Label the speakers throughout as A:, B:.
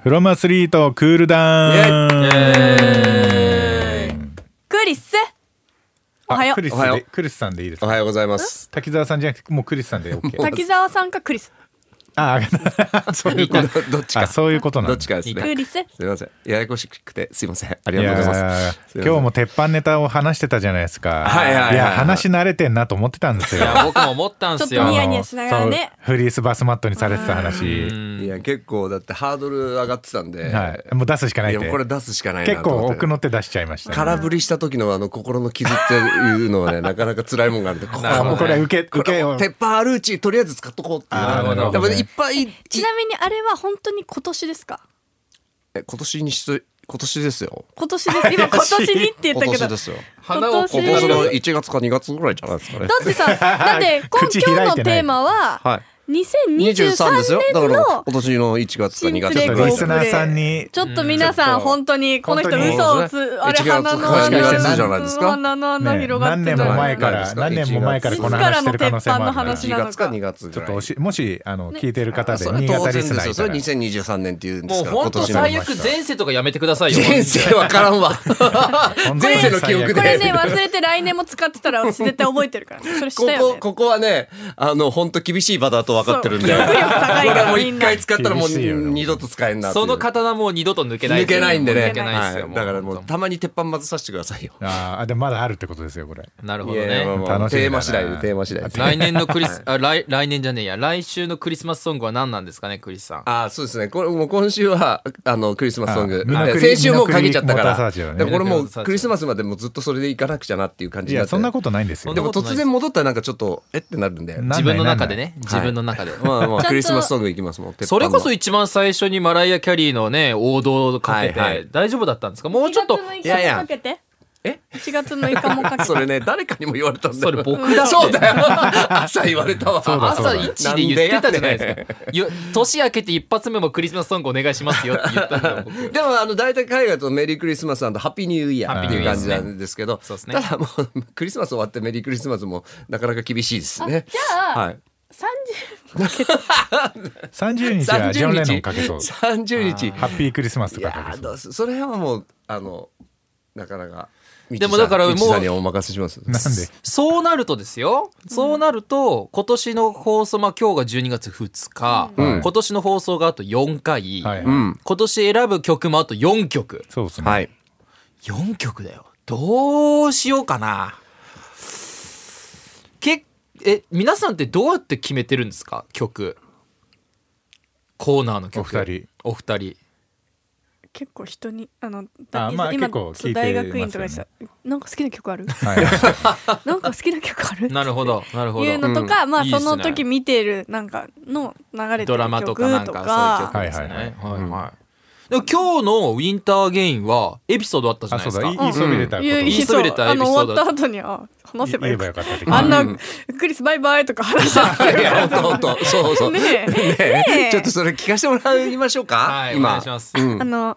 A: フロムアスリートクールダウン。
B: クリスおはよ
A: あクリ
B: う
A: ス
C: おはよ
A: で
C: う
A: クリスさんでいいです
C: お
A: か。
C: はようございます。
A: 滝沢さんじゃなくてもうクリスさんで OK。
B: 滝沢さんかクリス
A: ああそういうこと。
C: どどっち
A: あ
C: か。
A: そういうことなん
C: ど
A: だ
C: っちかですね。
B: クリス
C: すみません。ややこしくてすみません。あり
A: い
C: がと
A: や
C: うござい
A: ー
C: ます。すいません
A: 今日も鉄板ネタを話してたじゃないですか。
C: はいはいはいはい
A: や話慣れてんなと思ってたんですよ。
D: や僕も思ったんす
B: ちょっと
D: よ
B: ニヤニヤしながら
A: あ
B: ね
A: のそうフリースバスマットにされてた話。
C: いや結構だってハードル上がってたんで、
A: はい。もう出すしかないいっ
C: やも
A: て
C: うこ。れ出すしかないな
A: 結
C: と
A: 構
C: 思って
A: 奥の手出しちゃいましたね。
C: 空振りした時のあの心の傷っていうのは ねなかなか辛いもんがあるんで、ここは
A: あ
C: も
A: も
C: う
A: うこれは受け受けを。
C: 鉄板あるうちとりあえず使っとこうっていう。
A: あーなるほ
C: で
A: ど
C: もいっぱいい
B: ちなみにあれは本当に今年で すか
C: え今年にしと今年ですよ。
B: 今年です今今年にって言った
C: 今
B: け
C: 年
B: ど
C: ですよ。
D: 花をこ
C: 今
B: 今年
C: 年
D: ぼ
C: の1月か2月ぐらいじゃないですかね
B: だ。って さだって今
A: 口
B: 今
A: 開いてな
B: 日の
A: い
B: テーマは、
C: はい23です
B: 23
C: よ。だか
B: 年
C: ら今
B: の
C: 年の1月か2月
B: シンプ
A: ちょっと
B: ルで
A: リスナーさんに
B: ちょっと皆さん本当にこの人
A: 本当に
B: 嘘をつあれ
C: 違う
B: 鼻の
A: 違う違う
B: 穴
A: じ
C: ゃないですか
B: 鼻の穴
A: ね
B: 広がっ
A: 何
B: て
A: 年
B: た
A: も前か
C: ないで
A: ら
C: すか
A: 何年も前からこの話してる可能性もあるから
B: いつからの鉄板の話
A: ち
C: 1月か2月ぐ
A: ょっ
C: らい。
A: とおしもしあの聞いてる方で
C: それ
A: 新潟
C: 当
A: リ
C: 然
A: ス
C: で
A: ナ
C: す
A: ー
C: よ。
A: い
C: それ
A: たら
C: 2023年って言うんで
D: も
C: す
D: う
C: から、
D: 本
C: 今
D: 当
C: 年の
D: 最悪前世とかやめてくださいよ
C: 前世わからんわ。前世の記憶で
B: これね忘れて来年も使ってたら私絶対覚えてるからねそれし
C: こ
B: たよ
C: こ
B: ね
C: ここはね、あの本当厳しい場だと分かってるん で、これ
B: そう記憶力高いから
C: はもう一回
B: みんな
C: 使ったらもう
A: 厳しいよね
C: 二度と使えんなってい。
D: そうの刀もう二度と抜けない
C: 抜けないんでね
D: 抜。けないですよ
C: はいだからも
D: 本
C: うたまに鉄板まずさせてくださいよ。
A: あーでもまだあるってことですよこれ
D: 当なる
C: い
D: ほど
C: やいやまあ
D: ね
C: まあ
A: 楽しみ
C: テー
A: だな
C: マ次第でテーマ次第です。
D: 来年のクリスあ来来年じゃねえや来週のクリスマスソングは何なんですかねクリスさん
C: あーそうですねこれもう今週はあのクリスマスソング
A: あー
C: あ先週もう限っちゃったか
A: ミノクリモーターサー
C: ら
A: ジュはね
C: だからこれもうクリスマスまでもうずっとそれでいかなくちゃなっていう感
A: い
C: じにな
A: や
C: って
A: そんなことないんですよ
C: でも
D: そんなことない
C: 突然戻ったらなんかちょっとえってなるんで
A: な
D: 自分の中で
A: な
D: ね自分の中で
C: まあま
B: ちゃん
C: あ
B: と
C: クリスマスソングいきますもん
D: それこそ
C: い
D: 一番最初にマライア・キャリーのね王道をかけ
C: はいは
D: て
C: い
D: 大丈夫だったんですかもうちょっと
B: 1
C: いやいや
B: 月のイカもかけて
C: え
B: 1月のイカもかけ て
C: それね誰かにも言われたんだよ
D: それ僕だって
C: そうだよ朝言われたわ
D: 朝1で言ってたじゃないで すかよ年明けて一発目もクリスマスソングお願いしますよって言ったんだよ僕
C: でもあの大体海外とメリークリスマスハッピーニューイヤーっていう感じなんですけど
D: そうです
C: た
D: ね
C: だもうクリスマス終わってメリークリスマスもなかなか厳しいですね
B: じゃあ、
C: はい
A: 30日はジョン・レノンかけそう
C: 三十日。
A: ハッピークリスマス
C: い
A: と
C: や
A: かかけ
C: ー
A: そ
C: ど
A: う
C: うすそれはもうあのなかなか。
D: でもだからもう
C: ミチさんにはお任せします。
A: なんで
D: そうなるとですよそうなると今年の放送まあ今日が12月2日、
A: うん
D: 今年の放送があと4回、
A: はい
C: うん。
D: 今年選ぶ曲もあと4曲
A: そうですね、
C: はい。
D: 4曲だよどうしようかなけえ皆さんってどうやって決めてるんですか曲コーナーの曲
A: お二人
D: お二人
B: 結構人にあの
A: あまあ
B: 今
A: 結構聞いて
B: そう大学院とか
A: ま
B: し
A: すよ
B: た、なんか好きな曲あ る
A: はい
B: なんか好きな曲ある
D: なるほどなるほど
B: いうのとか、
D: うん
B: まあ
D: いいです
B: そ
D: ね
B: の時見てるなんかの流れてる曲
D: ドラマとかなん
B: と
D: かそういう曲ですね。
A: はいはい
D: はいはいでも今日のウィンターゲインはエピソードあったじゃ
A: あ
D: ないで
A: そう
D: す
A: だ
D: か。
A: いいいそびれたこと
B: いやい
D: い
B: い
D: そびれた
B: そうあの
D: エピソー
B: 終
D: ド
B: わった後にあ話せば
A: 言えば
B: よかっ
A: よかった的
B: たあん
A: な
B: なクリスバイバイとか話し
C: いや本当本当そうそう。
B: てね
C: ね
B: え
C: えちょっとそれ聞かせてもらいましょうか。
D: はい、お
C: 今
D: 願いします。
C: うん
B: あの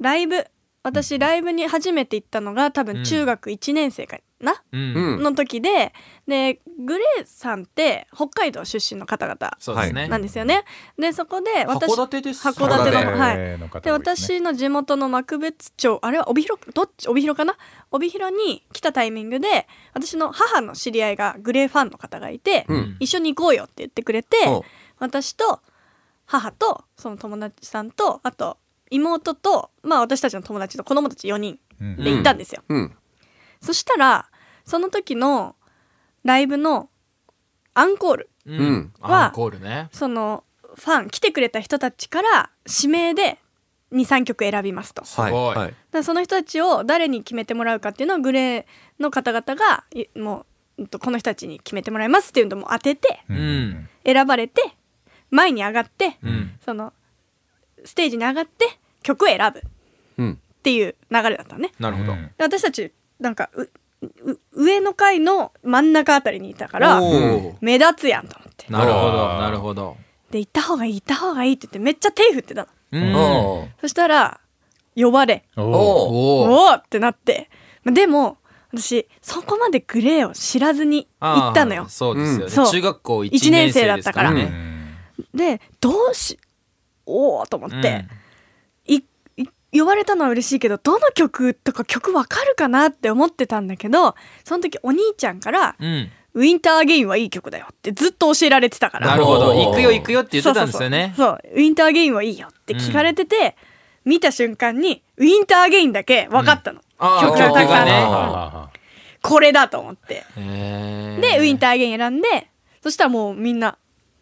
B: ライブ私ライブに初めて行ったのが多分中学1年生かな、
D: うん
C: うん
B: の時ででグレーさんって北海道出身の方々
D: そうですね。
B: なんですよね。でそこで私
D: 函館です。
B: 函館の
C: 函
A: 館
B: はい。
A: の方
B: で
A: 多いすね
B: 私の地元の幕別町あれは帯広どっち帯広かな帯広に来たタイミングで私の母の知り合いがグレーファンの方がいて、
C: うん
B: 一緒に行こうよって言ってくれて、
C: ほう
B: 私と母とその友達さんとあと妹とまあ私たちの友達と子供たち4人
A: うん
B: で行ったんですよ。
C: うん。
B: そしたらその時のライブのアンコール
D: う
C: うんん。
D: アンコールね。
B: そのファン来てくれた人たちから指名で23曲選びますとだか
C: はい
D: すごい
C: はい。
B: らその人たちを誰に決めてもらうかっていうのをグレーの方々がいもううんとこの人たちに決めてもらいますっていうのも当てて
A: う
D: うん
A: ん
B: 選ばれて前に上がって、
D: うん。
B: そのステージに上がって曲を選ぶっ
C: うん。
B: ていう流れだったのね
D: なるほど。
A: うん
B: で私たちなんかうう上の階の真ん中あたりにいたから
D: おー
B: 目立つやんと思って
D: なるほど
A: あー
D: なるほど。
B: で行った方がいい行った方がいいって言ってめっちゃ手振ってたの
D: うん
C: おー
B: そしたら呼ばれ
A: お
C: おー。
D: おお。
B: おおってなってまあでも私そこまでグレーを知らずに行ったの
D: あ
B: よ
D: ーそうですよ
B: そう
D: ね。中学校
B: 一
D: 一
B: 年
D: 年
B: 生
D: 生
B: だっ
D: です
B: た
D: か
B: から
D: ら
A: ーう
D: ね。
A: ん
B: でどうしおおと思って、いい呼ばれたのは嬉しいけどどの曲とか曲わかるかなって思ってたんだけどその時お兄ちゃんから
D: うん、うん
B: 「ウィンター・アゲイン」はいい曲だよってずっと教えられてたから
D: なるほど
C: おー
D: 行くよ行くよって言ってたんですよね
B: そうそうそうそうウィンター・アゲインはいいよって聞かれてて、見た瞬間にウィンター・アゲインだけ分かったの、
D: あ
B: 曲がたくさん
D: ね
B: あ
D: あ
A: あ
B: これだと思って
D: へー
B: でウィンター・アゲイン選んでそしたらもうみんな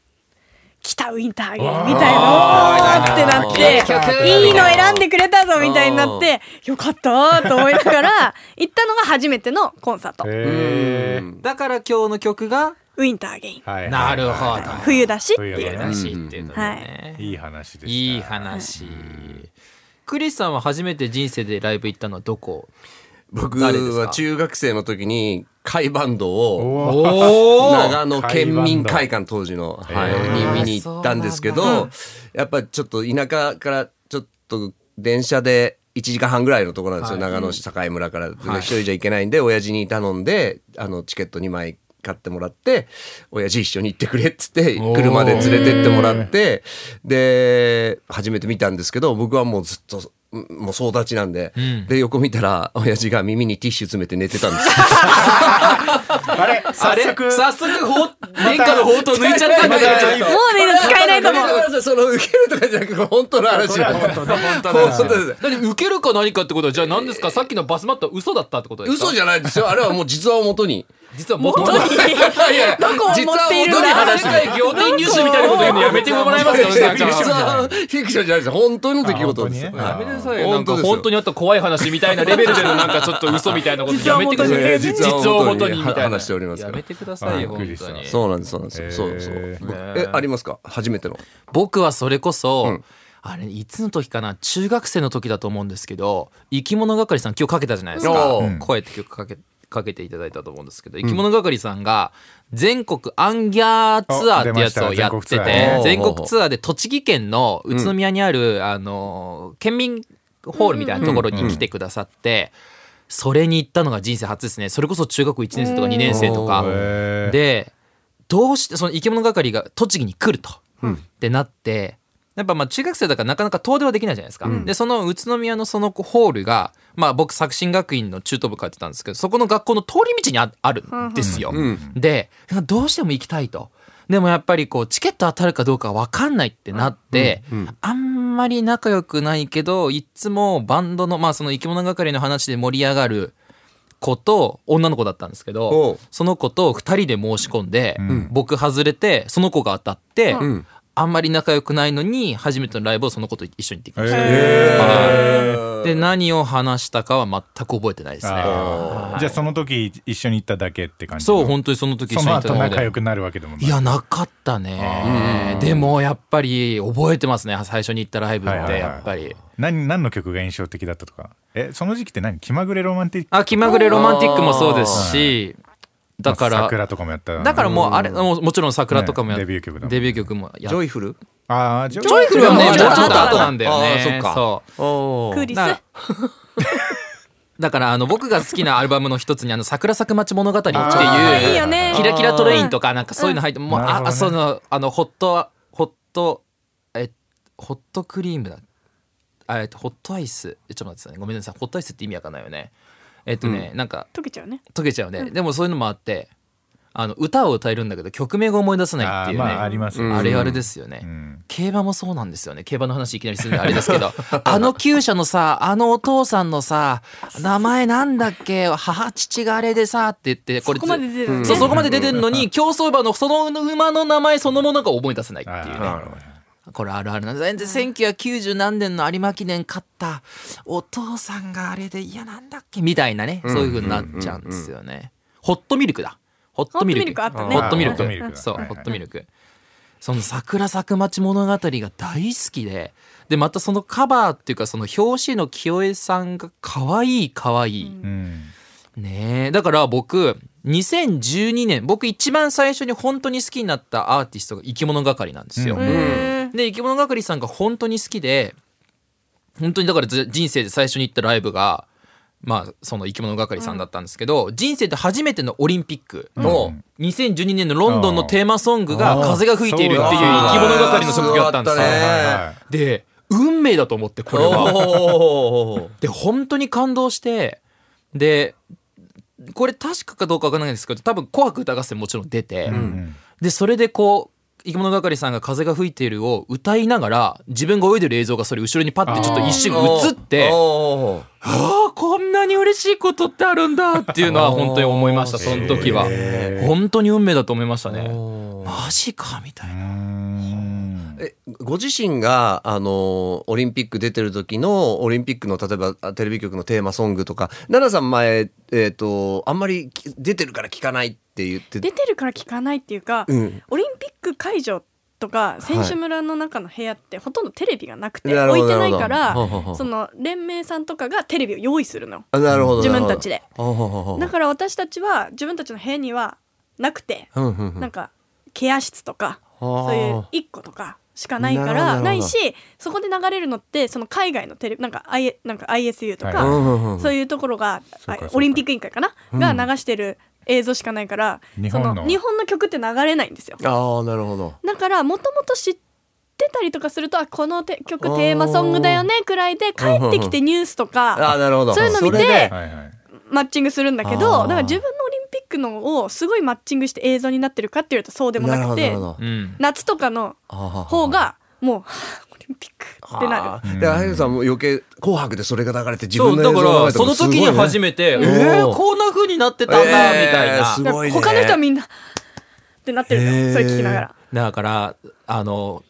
B: 「来たウィンター・アゲイン」みたいな
D: あー
B: おーってなっ
D: いい
B: て。
D: 曲
B: いいの選んでくれたぞみたいになってよかったと思いながら 行ったのが初めてのコンサート
A: あ
B: 「
A: へえ
C: うん
D: だから今日の曲が
B: ウィンター・アゲイン
A: はいはいはい
D: なるほど
B: 冬だし」って
A: 冬
B: い
A: だ
B: う
A: ね
D: らしいっていうのね
A: いい話でした
D: いい話クリスさんは初めて人生でライブ行ったのはどこ
C: 僕
D: 誰ですか
C: は中学生の時に甲斐バンドを
A: おお
D: お
C: 長野県民会館当時の、はい
A: へー
C: に見に行ったんですけ
D: そうなん
C: どやっぱちょっと田舎からちょっと電車で1時間半ぐらいのところなんですよ、
D: はい
C: 長野市境村から、で
D: はい
C: 一人じゃ行けないんで親父に頼んであのチケット2枚買ってもらって親父一緒に行ってくれっつって
D: おー
C: 車で連れてってもらってで初めて見たんですけど僕はもうずっとうんもう総立ちなんで、
D: ん
C: で横見たら親父が耳にティッシュ詰めて寝てたんですよ
A: あれ
D: あ
A: 早
D: れ
A: 速
D: 早速ほう殿下の宝刀抜いちゃったんだからちょっと
B: もうね使えないと思う
C: う。その受けるとかじゃなくて本当の話なんです
D: 本当だ本当
C: だ
D: だ何受けるか何かってことはじゃあ何ですかさっきのバスマットは嘘だったってことですか
C: 嘘じゃないですよ。あれはもう実話をもとに。
D: 実は元
B: 本当にどこを持って いるん
C: 実は
B: だ
C: 本当に
D: 世界仰天ニュースみたいなこと言うのやめてもらえま すか
C: 実
D: なんか
C: 話フィクションじゃないです。本当の出来事ですよ。
A: あ本当にね
C: はい
D: やめてくださいよ。
C: 本当です
D: なんか
C: よ
D: 本当にあった怖い話みたいなレベルでのなんかちょっと嘘みたいなことやめてくださいよ。
C: 実話
D: 実を
C: を
D: も
C: も
D: と
C: と
D: に
C: に
D: みたいな。
C: 話しております
D: や
C: から
D: めてくださいよ、
A: あ
D: 本
A: びっくりした
D: 当に。
C: そうなんです。そうなんですよ。そうそ
A: へ
C: う
A: ー。
C: 僕
D: ね
C: えありますか。初めての。
D: 僕はそれこそ、
C: うん
D: あれいつの時かな中学生の時だと思うんですけど生き物係さん今日かけたじゃないですか
C: おー
D: うん声って曲かけかけていただいたと思うんですけど生き物係さんが全国アンギャーツアーってやつをやってて
A: あ出ましたね
D: 全国ツアーで栃木県の宇都宮にある、あの県民ホールみたいなところに来てくださって、それに行ったのが人生初ですねそれこそ中学1年生とか2年生とか。
A: へー
D: でどうしてその生き物係が栃木に来ると、ってなってやっぱまあ中学生だからなかなか遠出はできないじゃないですか、でその宇都宮のそのホールが、まあ、僕作新学院の中等部通ってたんですけどそこの学校の通り道にああるんですよ、でどうしても行きたいと。でもやっぱりこうチケット当たるかどうか分かんないってなって、あんまり仲良くないけどいつもバンドのまあその生き物係の話で盛り上がる子と女の子だったんですけ
C: お
D: ど
C: う
D: その子と2人で申し込んで、
A: ん
D: 僕外れてその子が当たって、
C: ん
D: あんまり仲良くないのに初めてのライブをその子と一緒に行ってきました、
A: へー
D: はいで何を話したかは全く覚えてないですね
A: あーじゃあその時一緒に行っただけって感じ
D: そう本当にその時一緒
A: そ
D: に
A: の
D: 行った
A: 後
D: ので
A: 仲良くなるわけでもない
D: いやなかったねでもやっぱり覚えてますね最初に行ったライブって
A: はいはいはい
D: やっぱり、
A: 何何の曲が印象的だったとかえその時期って何気まぐれロマンティック
D: あ気まぐれロマンティックもそうですしだか
A: まあ
D: ら
A: 桜とかもやった
D: だからもうあれももちろん桜とかもやっ
A: ねデビュー曲だもん
D: デビュー曲もや
C: ジョイフル。
A: ああジョ
D: ジョイフルはねもう
B: ジ
D: ちょ
B: ョイ
D: っ
B: フル
D: と
B: は
D: 後なんだよね
C: あーそっか
D: そう
C: お
B: クリス
D: だだからあの僕が好きなアルバムの一つにあの桜咲く町物語っていう
A: あー
B: いいよね
D: キラキラトレインとかなんかそういうの入ってもう
A: なるほど
D: あ
A: ね
D: そのあのホットホットえホットクリームだあえっとホットアイスえちょっと待ってくださいねごめんなさいホットアイスって意味わかんないよねえっとねなんか
B: 溶けちゃうね
D: 溶けちゃうねでもそういうのもあってあの歌を歌えるんだけど曲名が思い出せないっ
A: あ
D: て
A: ー
D: いう
A: まああり
D: ね
A: ます
C: うん
D: あれあれですすよね、競馬もそうなんですよね競馬の話いきなりするんであれですけど あの厩舎のさあのお父さんのさ名前なんだっけ母父があれでさって言ってこれ
B: ここまで出てるね
D: そうそこまで出てるのに競走馬のその馬の名前そのものが思い出せないっていうね
A: あ
D: これあるあるなんで1990何年の有馬記念勝ったお父さんがあれでいやなんだっけみたいなねそういう風になっちゃうんですよねホットミルクだホットミルク
B: ホットミルクあったね
D: ホットミル
A: ホットミル
D: ク
A: ク
D: そう
A: はいはい
D: ホットミルクその桜咲く町物語が大好きででまたそのカバーっていうかその表紙の清江さんが可愛い可愛い
A: うん
D: ねえだから僕2012年僕一番最初に本当に好きになったアーティストが生き物係なんですよ、
A: うん
B: へー
D: で生き物係さんが本当に好きで本当にだからず人生で最初に行ったライブがまあ、その生き物係さんだったんですけど、人生で初めてのオリンピックの2012年のロンドンのテーマソングが「風が吹いている」っていう生き物係の職業だったんですよ
C: あーそうだったね。
D: で運命だと思ってこれは。
C: おー
D: で本当に感動してでこれ確かかどうかわからないですけど多分「紅白歌合戦」もちろん出て、
A: うん
D: でそれでこう生き物係さんが「風が吹いている」を歌いながら自分が泳いでる映像がそれ後ろにパッてちょっと一瞬映ってあ
C: おー
D: あこんなに嬉しいことってあるんだっていうのは本当に思いましたその時は
A: へー
D: 本当に運命だと思いましたね
C: おー
D: マジかみたいな
A: うん
C: えご自身があのオリンピック出てる時のオリンピックの例えばあテレビ局のテーマソングとか奈々さん前、えー、とあんまりき出てるから聞かないって言って
B: 出てるから聞かないっていうか、
C: うん
B: オリンピック会場とか選手村の中の部屋ってほとんどテレビがなくて、
C: なるほ
B: 置
C: ど
B: いてないか
C: なるほどほうほうほ
B: ら
C: う
B: その連盟さんとかがテレビを用意するの
C: あなるほど
B: 自
C: なる
B: 分
C: ほど
B: たちで
C: ほうほうほうほう
B: だから私たちは自分たちの部屋にはなくて、
C: うんうんうん
B: なんかケア室とか
C: あー
B: そういう1個とかしかないか
C: なるほどなる
B: ら
C: ほど
B: ないしそこで流れるのってその海外のテレビなんか I なんか ISU とか、
A: は
C: うんうんうん
B: そういうところが
A: そうかそうか
B: オリンピック委員会かな、が流してる映像しかないから
A: 日
B: そ
A: 本の
B: の日本の曲って流れないんですよ。
C: ああなるほど
B: だからもともと知ってたりとかするとあこのて曲テーマソングだよねくらいで帰ってきてニュースと
C: あ
B: か
C: ーなるほど
B: そういうの見て
C: れで
A: はいはい
B: マッチングするんだけ
C: あー
B: どだから自分のオリンピックのをすごいマッチングして映像になってるかっていうとそうでも
C: なる
B: な
C: ほ
B: く
C: どなる
B: て
C: ほど
D: うん
B: 夏とかの方がもうはあオリンピックってなる。
C: るで早見さんも余計「紅白」でそれが流れて自
D: そ
C: 分
D: う
C: の
D: だ
C: 映
D: か
C: 像が流
D: ら
C: れて
D: その時に初
C: て
D: めて「え
C: ね
D: ー、こんな風になってたんだ」みたいな、
C: すごいね
B: 他の人はみんなってなってる
C: へ
B: の
C: ー
B: それ聞きながら。
D: だからあの、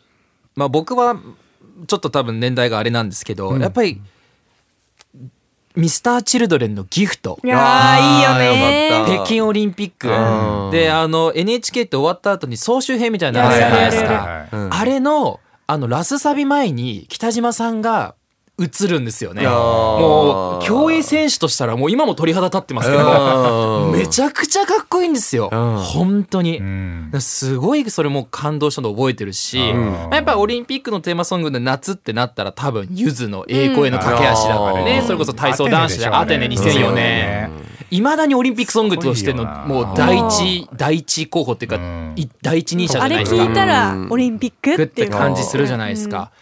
D: まあ、僕はちょっと多分年代があれなんですけど、やっぱりミスターチルドレンのギフト
B: いやーいいよね
C: よか
B: ー
C: った
D: 北京オリンピック
C: うん
D: であの NHK って終わった後に総集編みたいなのあるじゃないです
B: はい
A: はい
D: か
A: は
C: うん
D: あれのあのラスサビ前に北島さんが映るんですよね
C: いやー
D: もう競泳選手としたらもう今も鳥肌立ってますけど
C: うん
D: めちゃくちゃかっこいいんですよ
C: うん
D: 本当に。
A: うん
D: すごいそれも感動したの覚えてるし、
A: うん
D: まあやっぱオリンピックのテーマソングで夏ってなったら多分ゆずの栄光への駆け足だからね、
C: うん
D: それこそ体操男子でア
A: ア
D: テ
A: テ
D: ネ
A: ネでしょうね
D: 2004年いま、未だにオリンピックソングとしての
A: すごいよな
D: もう第一第一候補っていうか、
A: うん
D: い第一人者じ
B: あ
D: ゃな
B: れ
D: いです
B: 聞い
D: か。
B: たらオリンピック
D: グ
B: っ
D: って
B: い
D: て
B: う
D: 感じするじゃないですか。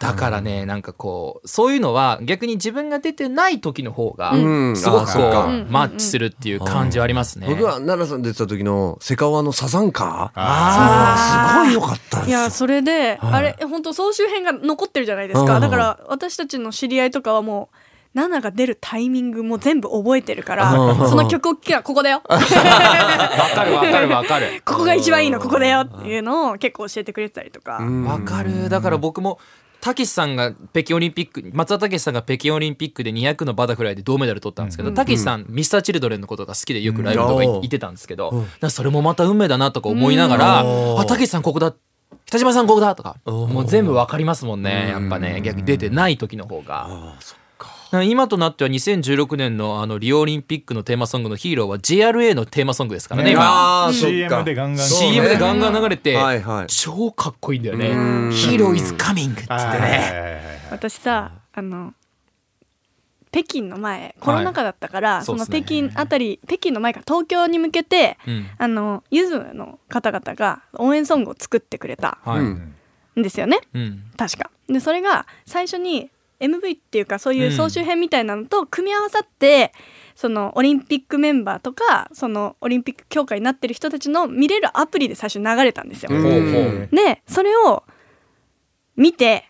D: だからねなんかこうそういうのは逆に自分が出てない時の方が
C: うん
D: すご
C: あ
D: くこ
C: そっか
D: うマッチするっていう感じはありますね。
C: 僕は奈々さん出てた時のセカワのサザンカー
D: あー
C: すごい良かったん
B: い
C: ですよ
B: やそれで、あれ本当総集編が残ってるじゃないです
C: う
B: か
C: ん
B: だから私たちの知り合いとかはもうナナが出るタイミングも全部覚えてるから
C: うん
B: その曲を聴けばここだよ
D: わかるわかるわかる。
B: ここが一番いいのここだよっていうのを結構教えてくれてたりとか、
C: うん
D: わかるだから僕もたけしさんが北京オリンピック松田たけしさんが北京オリンピックで200のバタフライで銅メダル取ったんですけどたけしさんミスターチルドレンのことが好きでよくライブとか
C: うん
D: 行ってたんですけどだからそれもまた運命だなとか思いながら
C: うん
D: あたけしさんここだ北島さんここだとか
C: おー
D: もう全部わかりますもんねやっぱね逆に出てない時の方が。だから今となっては2016年のあのリオオリンピックのテーマソングの「ヒーローは JRA のテーマソングですからね
A: ね
D: 今
C: あーそっか
A: CM でガンガン
C: そうね
D: CM でガンガン流れて
C: はいはい
D: 超かっこいいんだよね
C: うん
D: 「ヒーローイズカミング」っつってね
A: ね
B: 私さあの北京の前コロナ禍だったから、
D: い
B: その
D: そうっすね
B: 北京あたり、北京の前から東京に向けて、
D: うん
B: あのゆずの方々が応援ソングを作ってくれた
D: はい
C: うん
B: んですよね
D: うん
B: 確かでそれが最初に MV っていうかそういう
D: うん
B: 総集編みたいなのと組み合わさって、そのオリンピックメンバーとかそのオリンピック協会になってる人たちの見れるアプリで最初流れたんですよ。
C: うん
D: ほうほう
B: でそれを見て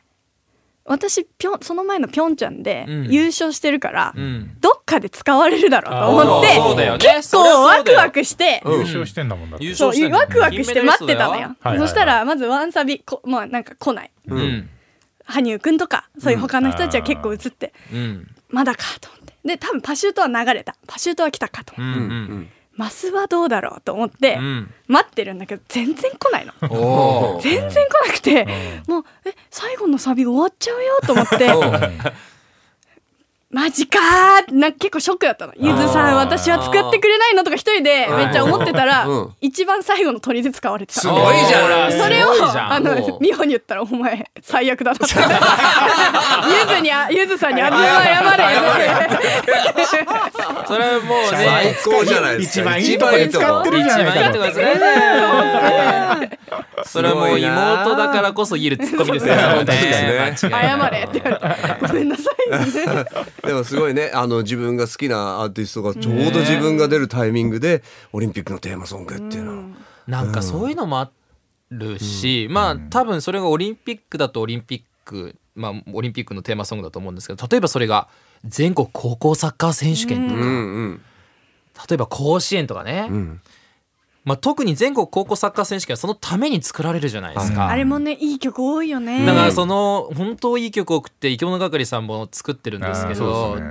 B: 私ピョンその前のピョンチャンで
D: うん
B: 優勝してるから、
D: うん
B: どっかで使われるだろうと思
A: あーそうだ
D: よ
B: っ
D: ね
B: て、結
D: そりゃそ
B: 構
D: うだよ
B: ワクワクして。
A: 優勝してんだもんだって
D: 優勝
B: そ
D: してん
B: う
D: の
B: ワクワクして待ってたのよ
A: 金メダリストだよはいはいはい
B: そしたらまずワンサビこまあなんか来ない
D: うんうん
B: 羽生くんとかそういう他の人たちは結構映って、
D: うん
B: まだかと思ってで多分パシュートは流れたパシュートは来たかと
D: う
B: 思って、
D: ん
B: マスはどうだろうと思って、
D: うん
B: 待ってるんだけど全然来ないの
D: おおー
B: 全然来なく て、もうえ最後のサビ終わっちゃうよと思って
D: おー
B: マジかーってなんか結構ショックだったの。ゆずさん私は作ってくれないのとか一人でめっちゃ思ってたら、
C: うん
B: 一番最後の鳥で使われてた。
C: すごいじゃん
D: ほら
B: それを
D: すごいじゃん
B: あ
C: も
B: の
C: う
B: 美穂に言ったらお前最悪だなって ゆずにあゆずさんにあずは謝れ
D: それはもう
C: 最
D: ね
C: 高じゃないです
A: 一
C: か。
A: 番いいとこで使ってるじゃない
D: 一番いいとこ
A: か
D: ですねそれはもう妹だからこそ言えるツッコミですよ
C: 本当ですね
B: 謝れって言われてごめんなさいね
C: でもすごいねあの自分が好きなアーティストがちょうど自分が出るタイミングでオリンピックのテーマソングっていうのは
D: なんかそういうのもあるし、まあ多分それがオリンピックだとオリンピックまあオリンピックのテーマソングだと思うんですけど例えばそれが全国高校サッカー選手権と
C: う
D: か、
C: んうん
D: 例えば甲子園とかね、
C: うん
D: まあ、特に全国高校サッカー選手権はそのために作られるじゃないですか。
B: あれもねいい曲多いよね
D: だからその本当いい曲を送って生き物係さんも作ってるんです
A: あ
D: け
A: ーそう
D: ど、
A: で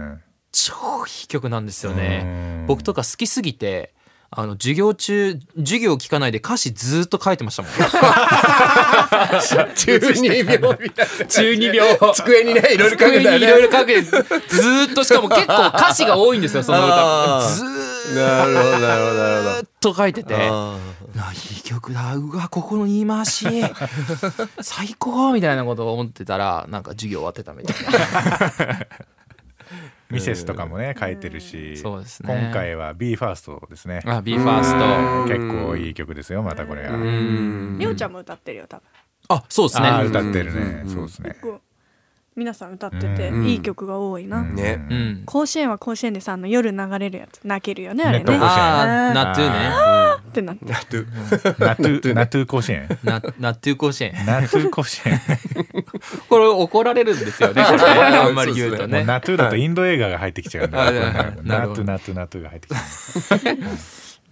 A: すね
D: 超いい曲なんですよ
A: う
D: ね
A: ん
D: 僕とか好きすぎてあの授業中授業聞かないで歌詞ずーっと書いてまし たもん
C: 12秒みたい
D: 中二病
C: な机にねいろいろ書くん
D: 机にい
C: だよね
D: ろいろ書くずーっとしかも結構歌詞が多いんですよその歌
C: あー
D: ずー
C: なるほどなるほどなるほ
D: っと書いてて
C: あ
D: ないい曲だうわここの言い回 し最高みたいなことを思ってたらなんか授業終わってたみたいな
A: ミセスとかもね書いてるし
D: そうですね
A: 今回は b ファーストですね
D: あ b ファース
A: 結構いい曲ですよまたこれが
B: りょうちゃんも歌ってるよ多分
D: トあそうですね
A: あー歌ってるねそうです ね
B: 結構皆さん歌ってて
C: ん
B: いい曲が多いな、
C: どね
D: うん
B: 甲子園は甲子園でさあの夜流れるやつ泣けるよねあれ
A: ね
B: ね
A: どこ
D: ああナトゥね
B: ってなって
A: ナトゥナトゥ甲子園
D: ナナトゥ甲子園
A: ナトゥ甲子園
D: これ怒られるんです よねこれあんまり言うと
A: もう
D: ね
A: ナトゥだとインド映画が入ってきちゃうんだよ
D: はいあな
A: ナ
D: るほ
A: ト
D: ど
A: ゥナトゥナトゥが入ってきちゃう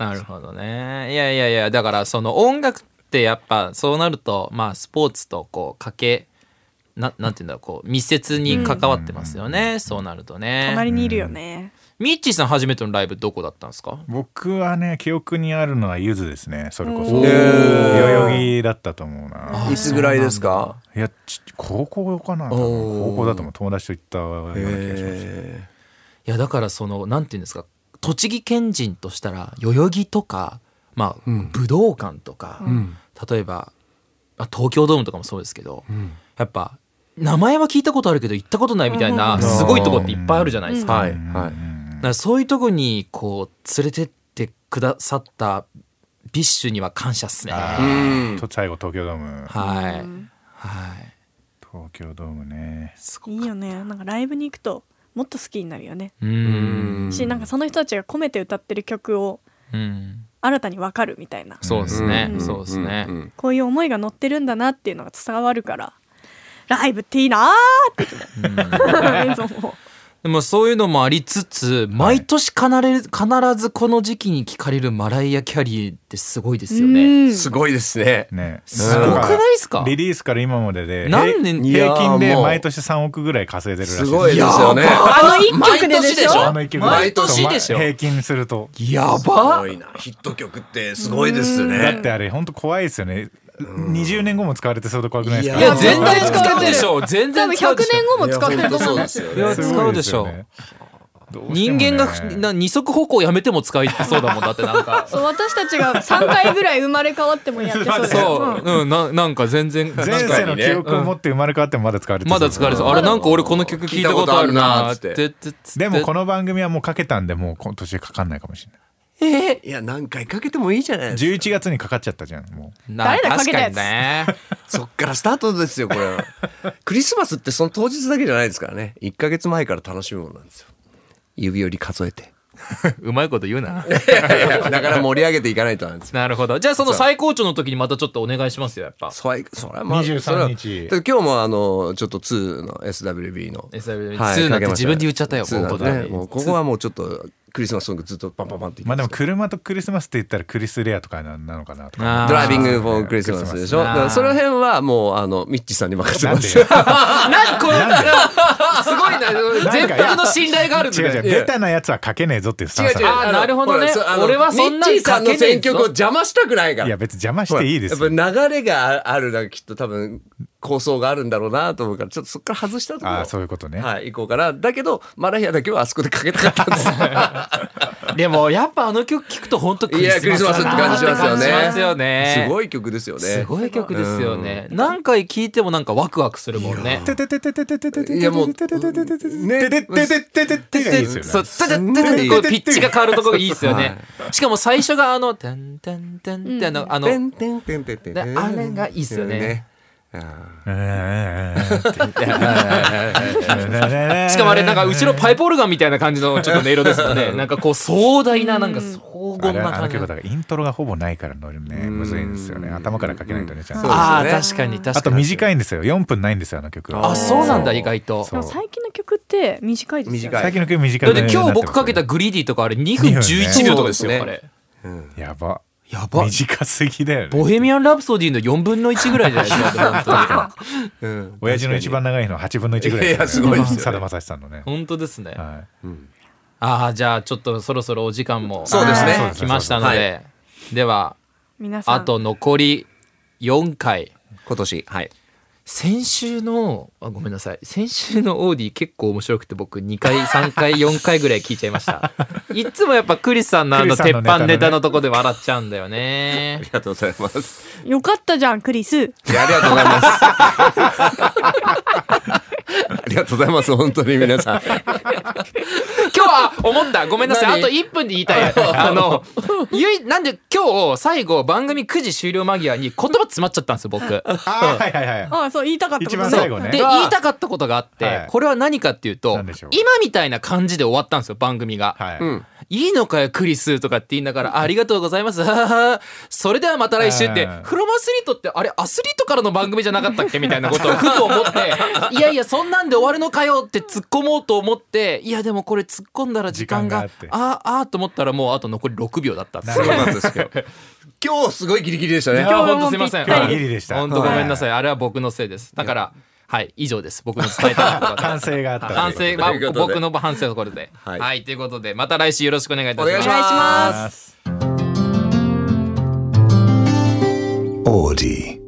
D: なるほどねいやいやいやだからその音楽ってやっぱそうなるとまあスポーツとこうかけななんていうんだろうこう密接に関わってますよね、そうなるとね
B: 隣にいるよね、
D: ミッチーさん初めてのライブどこだったんですか
A: 僕はね記憶にあるのはゆずですねそれこそ
C: おー
A: 代々木だったと思うない
C: つぐ らいですか
A: いやち高校かな多
C: お
A: 分
C: ー
A: 高校だと思う友達と行ったような気がします
C: え
D: いやだからそのなんていうんですか栃木県人としたら代々木とか、まあ武道館とか、例えば、まあ、東京ドームとかもそうですけど、やっぱ名前は聞いたことあるけど行ったことないみたいな
B: うん
D: すごいとこっていっぱいあるじゃないです
C: ー
D: か。
C: はい
A: うん
C: はい
D: だからそういうとこにこう連れてってくださったビッシュには感謝っすね。
A: あ
D: は
C: うん
A: と最後東京ドーム
D: い、はい
B: うん
A: 東京ドームね
D: すご
B: いいよねなんかライブに行くともっと好きになるよね、
D: う、
C: うんん
B: しなんかその人たちが込めて歌ってる曲を
D: うん、
B: 新たに分かるみたいな
D: そうですね、
B: うん
D: そうですね。
C: うんうん
B: こういう思いが乗ってるんだなっていうのが伝わるからライブっていいなーって言ってた 映像も
D: でもそういうのもありつつ毎年必ず必ずこの時期に聞かれるマライア・キャリーってすごいですよね。
B: うん
C: すごいですね
A: ね
D: すごくないですか
A: リリースから今までで
D: 何年
A: 平平均
C: い
A: で
C: やーもう
A: 毎年3億ぐらい稼いでるらし
C: す
A: い
C: ごいですよね
B: あの一曲ででしょ
A: あの一曲で
D: 毎年でしょ
A: 平均すると
D: や
C: す
D: ば
C: ごいなヒット曲ってすごいです
A: だっ
C: ね
A: てあれ本当怖いですよね20年後も使われてそうで怖くないですか
C: い
D: いや
C: や
D: 全然使
B: っ
D: う
B: て
D: でしょ全
B: 多
D: 然
B: 分100
D: 使うでし
B: 年後も使ってると思う
C: いや本当そう
B: んで
C: ですす
B: よ
C: よ
D: いや
C: ね
D: 使うでしょょ人間がふな二足歩行やめても使いって そうだもんだってなんか
B: そう私たちが3回ぐらい生まれ変わってもやって そうだよ、
D: そううんななんか全然
A: 前世の
C: 確かにね
A: 記憶を持って生まれ変わってもまだ使われてる
D: まだ使われそうあれなんか俺この曲聞いたことあるなーって
C: 聞
D: ってって
A: でもこの番組はもうかけたんでもう今年かかんないかもしれない
C: いや何回かけてもいいじゃないですか
A: 11月にかかっちゃったじゃんも
D: な
B: 誰だかけた
D: 確か
B: や
D: に
B: つ
D: ね
C: そっからスタートですよこれ はクリスマスってその当日だけじゃないですからね1ヶ月前から楽しむものなんですよ指折り数えて
D: うまいこと言う ない
C: やいやだから盛り上げていかないとなんですよ
D: なるほどじゃあその最高潮の時にまたちょっとお願いしますよやっぱ
C: そいそれはまあ
A: 23
C: それは
A: 日
C: だって今日もあのちょっと2の SWB の
D: SWB
C: はい
D: 2な
C: かけまし
D: んて
C: た
D: 自分で言っちゃったよ
C: 2なんて
D: もうここ
C: ね
D: で
C: もうここはもうちょっとクリスマスソングずっとパンパンパンって
A: うまあで
C: 言っ
A: も
C: て
A: 車とクリスマスって言ったらクリス・レアとかななのかなとか
D: あー
C: ドライビングフォークリスマスでしょ
D: クリスマ
C: だ
D: ス
C: からその辺はもうあのミッチーさんに任せ
A: なん
C: ま
A: ですよ
D: なんこのすごいな全幅の信頼があるんだ
A: 違う違う
D: ね
A: ベタなやつはかけねえぞっていうスタンス
D: 違う違うあ
C: の
D: なるほど
C: ほ
D: ね
C: らそあの
D: 俺はそんなん
C: ミッチーさんの
D: かけねえ
C: 選
D: ぞ
C: 曲を邪魔したくないから
A: いや別に邪魔していいです
C: ほら
A: よ
C: やっぱ流れがあるなきっと多分構想があるんだろうなと思うからちょっとそこから外したところ
A: ああそういうことね、
C: はい、行こうかなだけどマラヒアだけはあそこでかけたかったんで す
D: でもやっぱあの曲聞くと本当クリスマス
C: いやクリスマスって感じしますよね
D: って感じしますよね
C: すごい曲ですよね。
D: すごい曲ですよね、何回聴いてもなんかワクワクするもんね
A: てててててててててて
C: いやもう
A: ててててててて
C: ね
A: てててててててがいいですよね
D: そう、ただ、ただ、こうピッチが変わるところがいいですよね。しかも最初があの、てんてんてんってあの、あの、
C: てんてんてんてんてんてん
D: ねあれがいいっすよ
C: う
D: ね。
C: ん
A: うんうんうんうん
D: しかもあれなんか後ろパイプオルガンみたいな感じのちょっと音色ですよね。なんかこう壮大な、なんか荘
A: あ
D: 厳
A: れ
D: な
A: あの
D: 感じ。
A: 曲だからイントロがほぼないから乗るねむずいんですよね頭からかけないとねちゃんと
C: そう
A: あ
D: ああ、
C: ですよね
D: 確かに確かに。
A: と短いんですよ4分ないんですよあの曲
D: あ、そうなんだ、意外と。
B: でも最近の曲って短いですよ
C: 短
B: ね
A: 最近の曲短い
D: だっ
A: の
D: て
A: ようになって
D: 今日
A: ます
D: 僕かけたグリーディとかあれ2分11秒とかですよ、あれ。
A: やば
D: やば。
A: 短すぎだよ
D: ボ
A: ね
D: ヘミアン・ラプソディの4分の1ぐらいじゃないですか、 本当
C: う
D: に
C: ん
A: 親父の一番長いのは8分の1ぐらい
C: いやすごいですよね
A: さだまさしさんのね
D: 本当ですね。
A: は
D: ああじゃあちょっとそろそろお時間も
C: そうですね
D: 来ましたので、では
B: 皆さん
D: あと残り4回
C: 今年はい
D: 先週のあごめんなさい先週のオーディ結構面白くて僕2回3回4回ぐらい聞いちゃいましたいつもやっぱクリスさんのあの
A: クリスさんの
D: 鉄
A: ネタ
D: 板
A: のね
D: ネタのとこで笑っちゃうんだよね
C: ありがとうございます
B: よかったじゃんクリス
C: いやありがとうございます ありがとうございます本当に皆さん
D: 今日は思ったごめんなさい
C: 何
D: あと1分で言いたいあのゆいなんで今日最後番組9時終了間際に言葉詰まっちゃったんですよ 僕
A: あーはいはいはい
B: あそう言いたかったこと
A: 一番
B: そう
A: 最後ね
D: で言いたかったことがあって、
A: はい
D: これは何かっていうと
A: 何でしょう
D: 今みたいな感じで終わったんですよ番組が、
A: はい
C: うん
D: い、いのかよクリスとかって言いながら「ありがとうございます」はははそれではまた来週」って
A: はい
D: 「フロマスリートってあれアスリートからの番組じゃなかったっけ?」みたいな ことをふと思って「いやいやそんなんで終わるのかよ」って突っ込もうと思っていやでもこれ突っ込んだら時間が
A: 時間が
D: ああああと思ったらもうあと残り6秒だったんです
A: な
D: よ
A: るほど
C: そうなんです よ今日すごいギリギリでしたね
D: いや
B: 今日
D: 本
B: も
D: 当すいません。
B: ぴった
A: りですギリでした
D: 本当ごめんなさい。あれは僕のせいです。だから、はい、以上です。僕の伝えたいことが。
A: 反省があったという
D: 反省、まあ
C: ということで
D: 僕の反省のところで。
C: はい
D: はい、ということで、また来週よろしくお願いいた
C: お
D: し
C: 願
D: ま
C: いし。ま
D: す
C: す
A: ます
E: Audi.